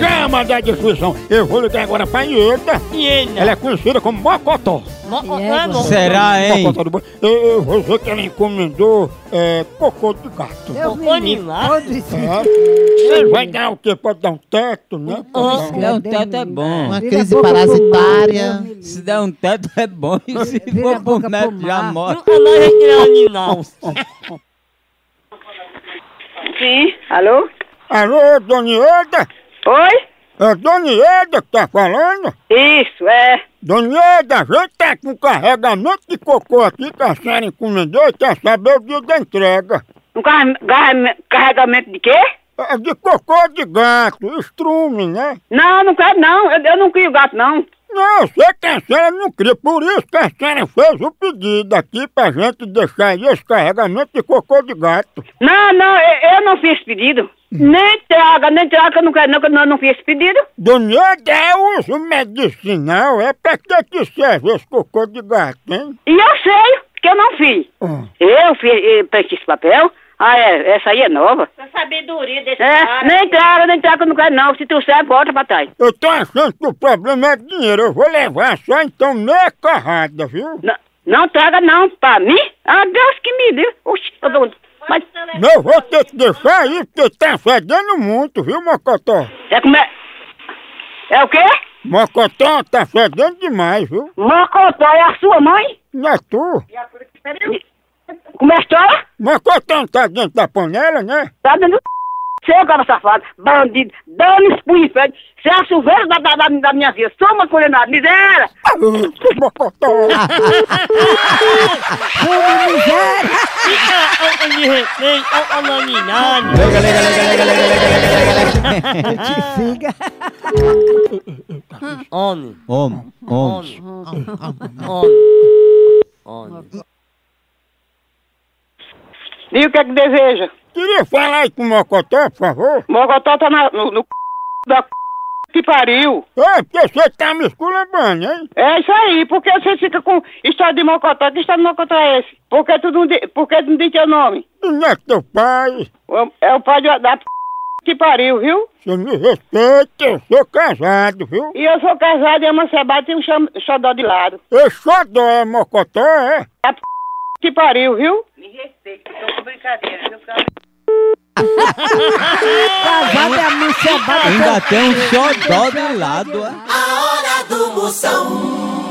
É. mandar É. difusão. Eu vou ligar agora pra Ieda. Ieda. Ela é conhecida como Mocotó. Mo- é, mo- Será, hein? Mocotó do Boi. Eu, eu vou dizer que ela encomendou é, cocô de gato. Deus Cocô me livre. animal. Onde isso? É Tá? Você vai dar o quê? Pode dar um teto, né? Pode dar um- Não, teto é bom. Uma Vira crise boca pro mar, parasitária. Deus me livre. Se der um teto é bom. E se Vira a for boca pro boneco, já mar. morre. Nunca mais retirar o animal. Sim, alô? Alô, Dona Ieda? Oi? É Dona Ieda que tá falando? Isso, é. Dona Ieda, a gente tá com carregamento de cocô aqui que a senhora encomendou e quer saber o dia da entrega. Um carre- garra- carregamento de quê? É de cocô de gato, estrume, né? Não, não quero não. Eu, eu não crio gato, não. Não, tá eu sei que a senhora não cria, por isso que a senhora fez o pedido aqui pra gente deixar aí esse carregamento de cocô de gato. Não, não, eu, eu não fiz esse pedido. Nem traga, nem traga, que eu não quero não, que eu não, não fiz esse pedido. Doneda é uso medicinal, é pra que que serve esse cocô de gato, hein? E eu sei que eu não fiz. Ah. Eu fiz, eh, preenchi esse papel. Ah, é, essa aí é nova. A sabedoria desse É, cara. nem traga, nem traga, que eu não quero não. Se tu serve, bota pra trás. Eu tô achando que o problema é dinheiro, eu vou levar só então meia carrada, viu? Não, não traga não, pra mim. Ah, Deus que me deu. Oxi, eu dou... Mas, Não, eu vou ter que deixar aí, porque tá fedendo muito, viu, Mocotó? é como é... É o quê? Mocotó tá fedendo demais, viu? Mocotó é a sua mãe? Não é tu? Como é a história? Mocotó não tá dentro da panela, né? Tá dando seu cara safado, bandido, dane-se pro inferno. Você é a chuveira da, da, da, da minha vida. Sou uma condenada, miséria. Ah, Mocotó! Fica a falta de respeito ao anonimato. Siga. Homem, Homem, homem. homem, homem, homem. E o que é que deseja? Queria falar aí com o Mocotó, por favor. Mogotó tá na, no, no c... da c... que pariu. É, porque você tá me esculambando, hein? É isso aí, por que você fica com história de Mocotó? Que história de Mocotó é esse? Por que tu não, di- por que tu não diz teu nome? E não é teu pai. É o pai de- da p... que pariu, viu? Você me respeita, eu sou casado, viu? E eu sou casada e amo Sebastião e um cham- xodó de lado. Eu só dou é Mocotó, é? Que pariu, viu? Casado é a missa Ainda tem um xodó do lado, ó. A hora do Moção.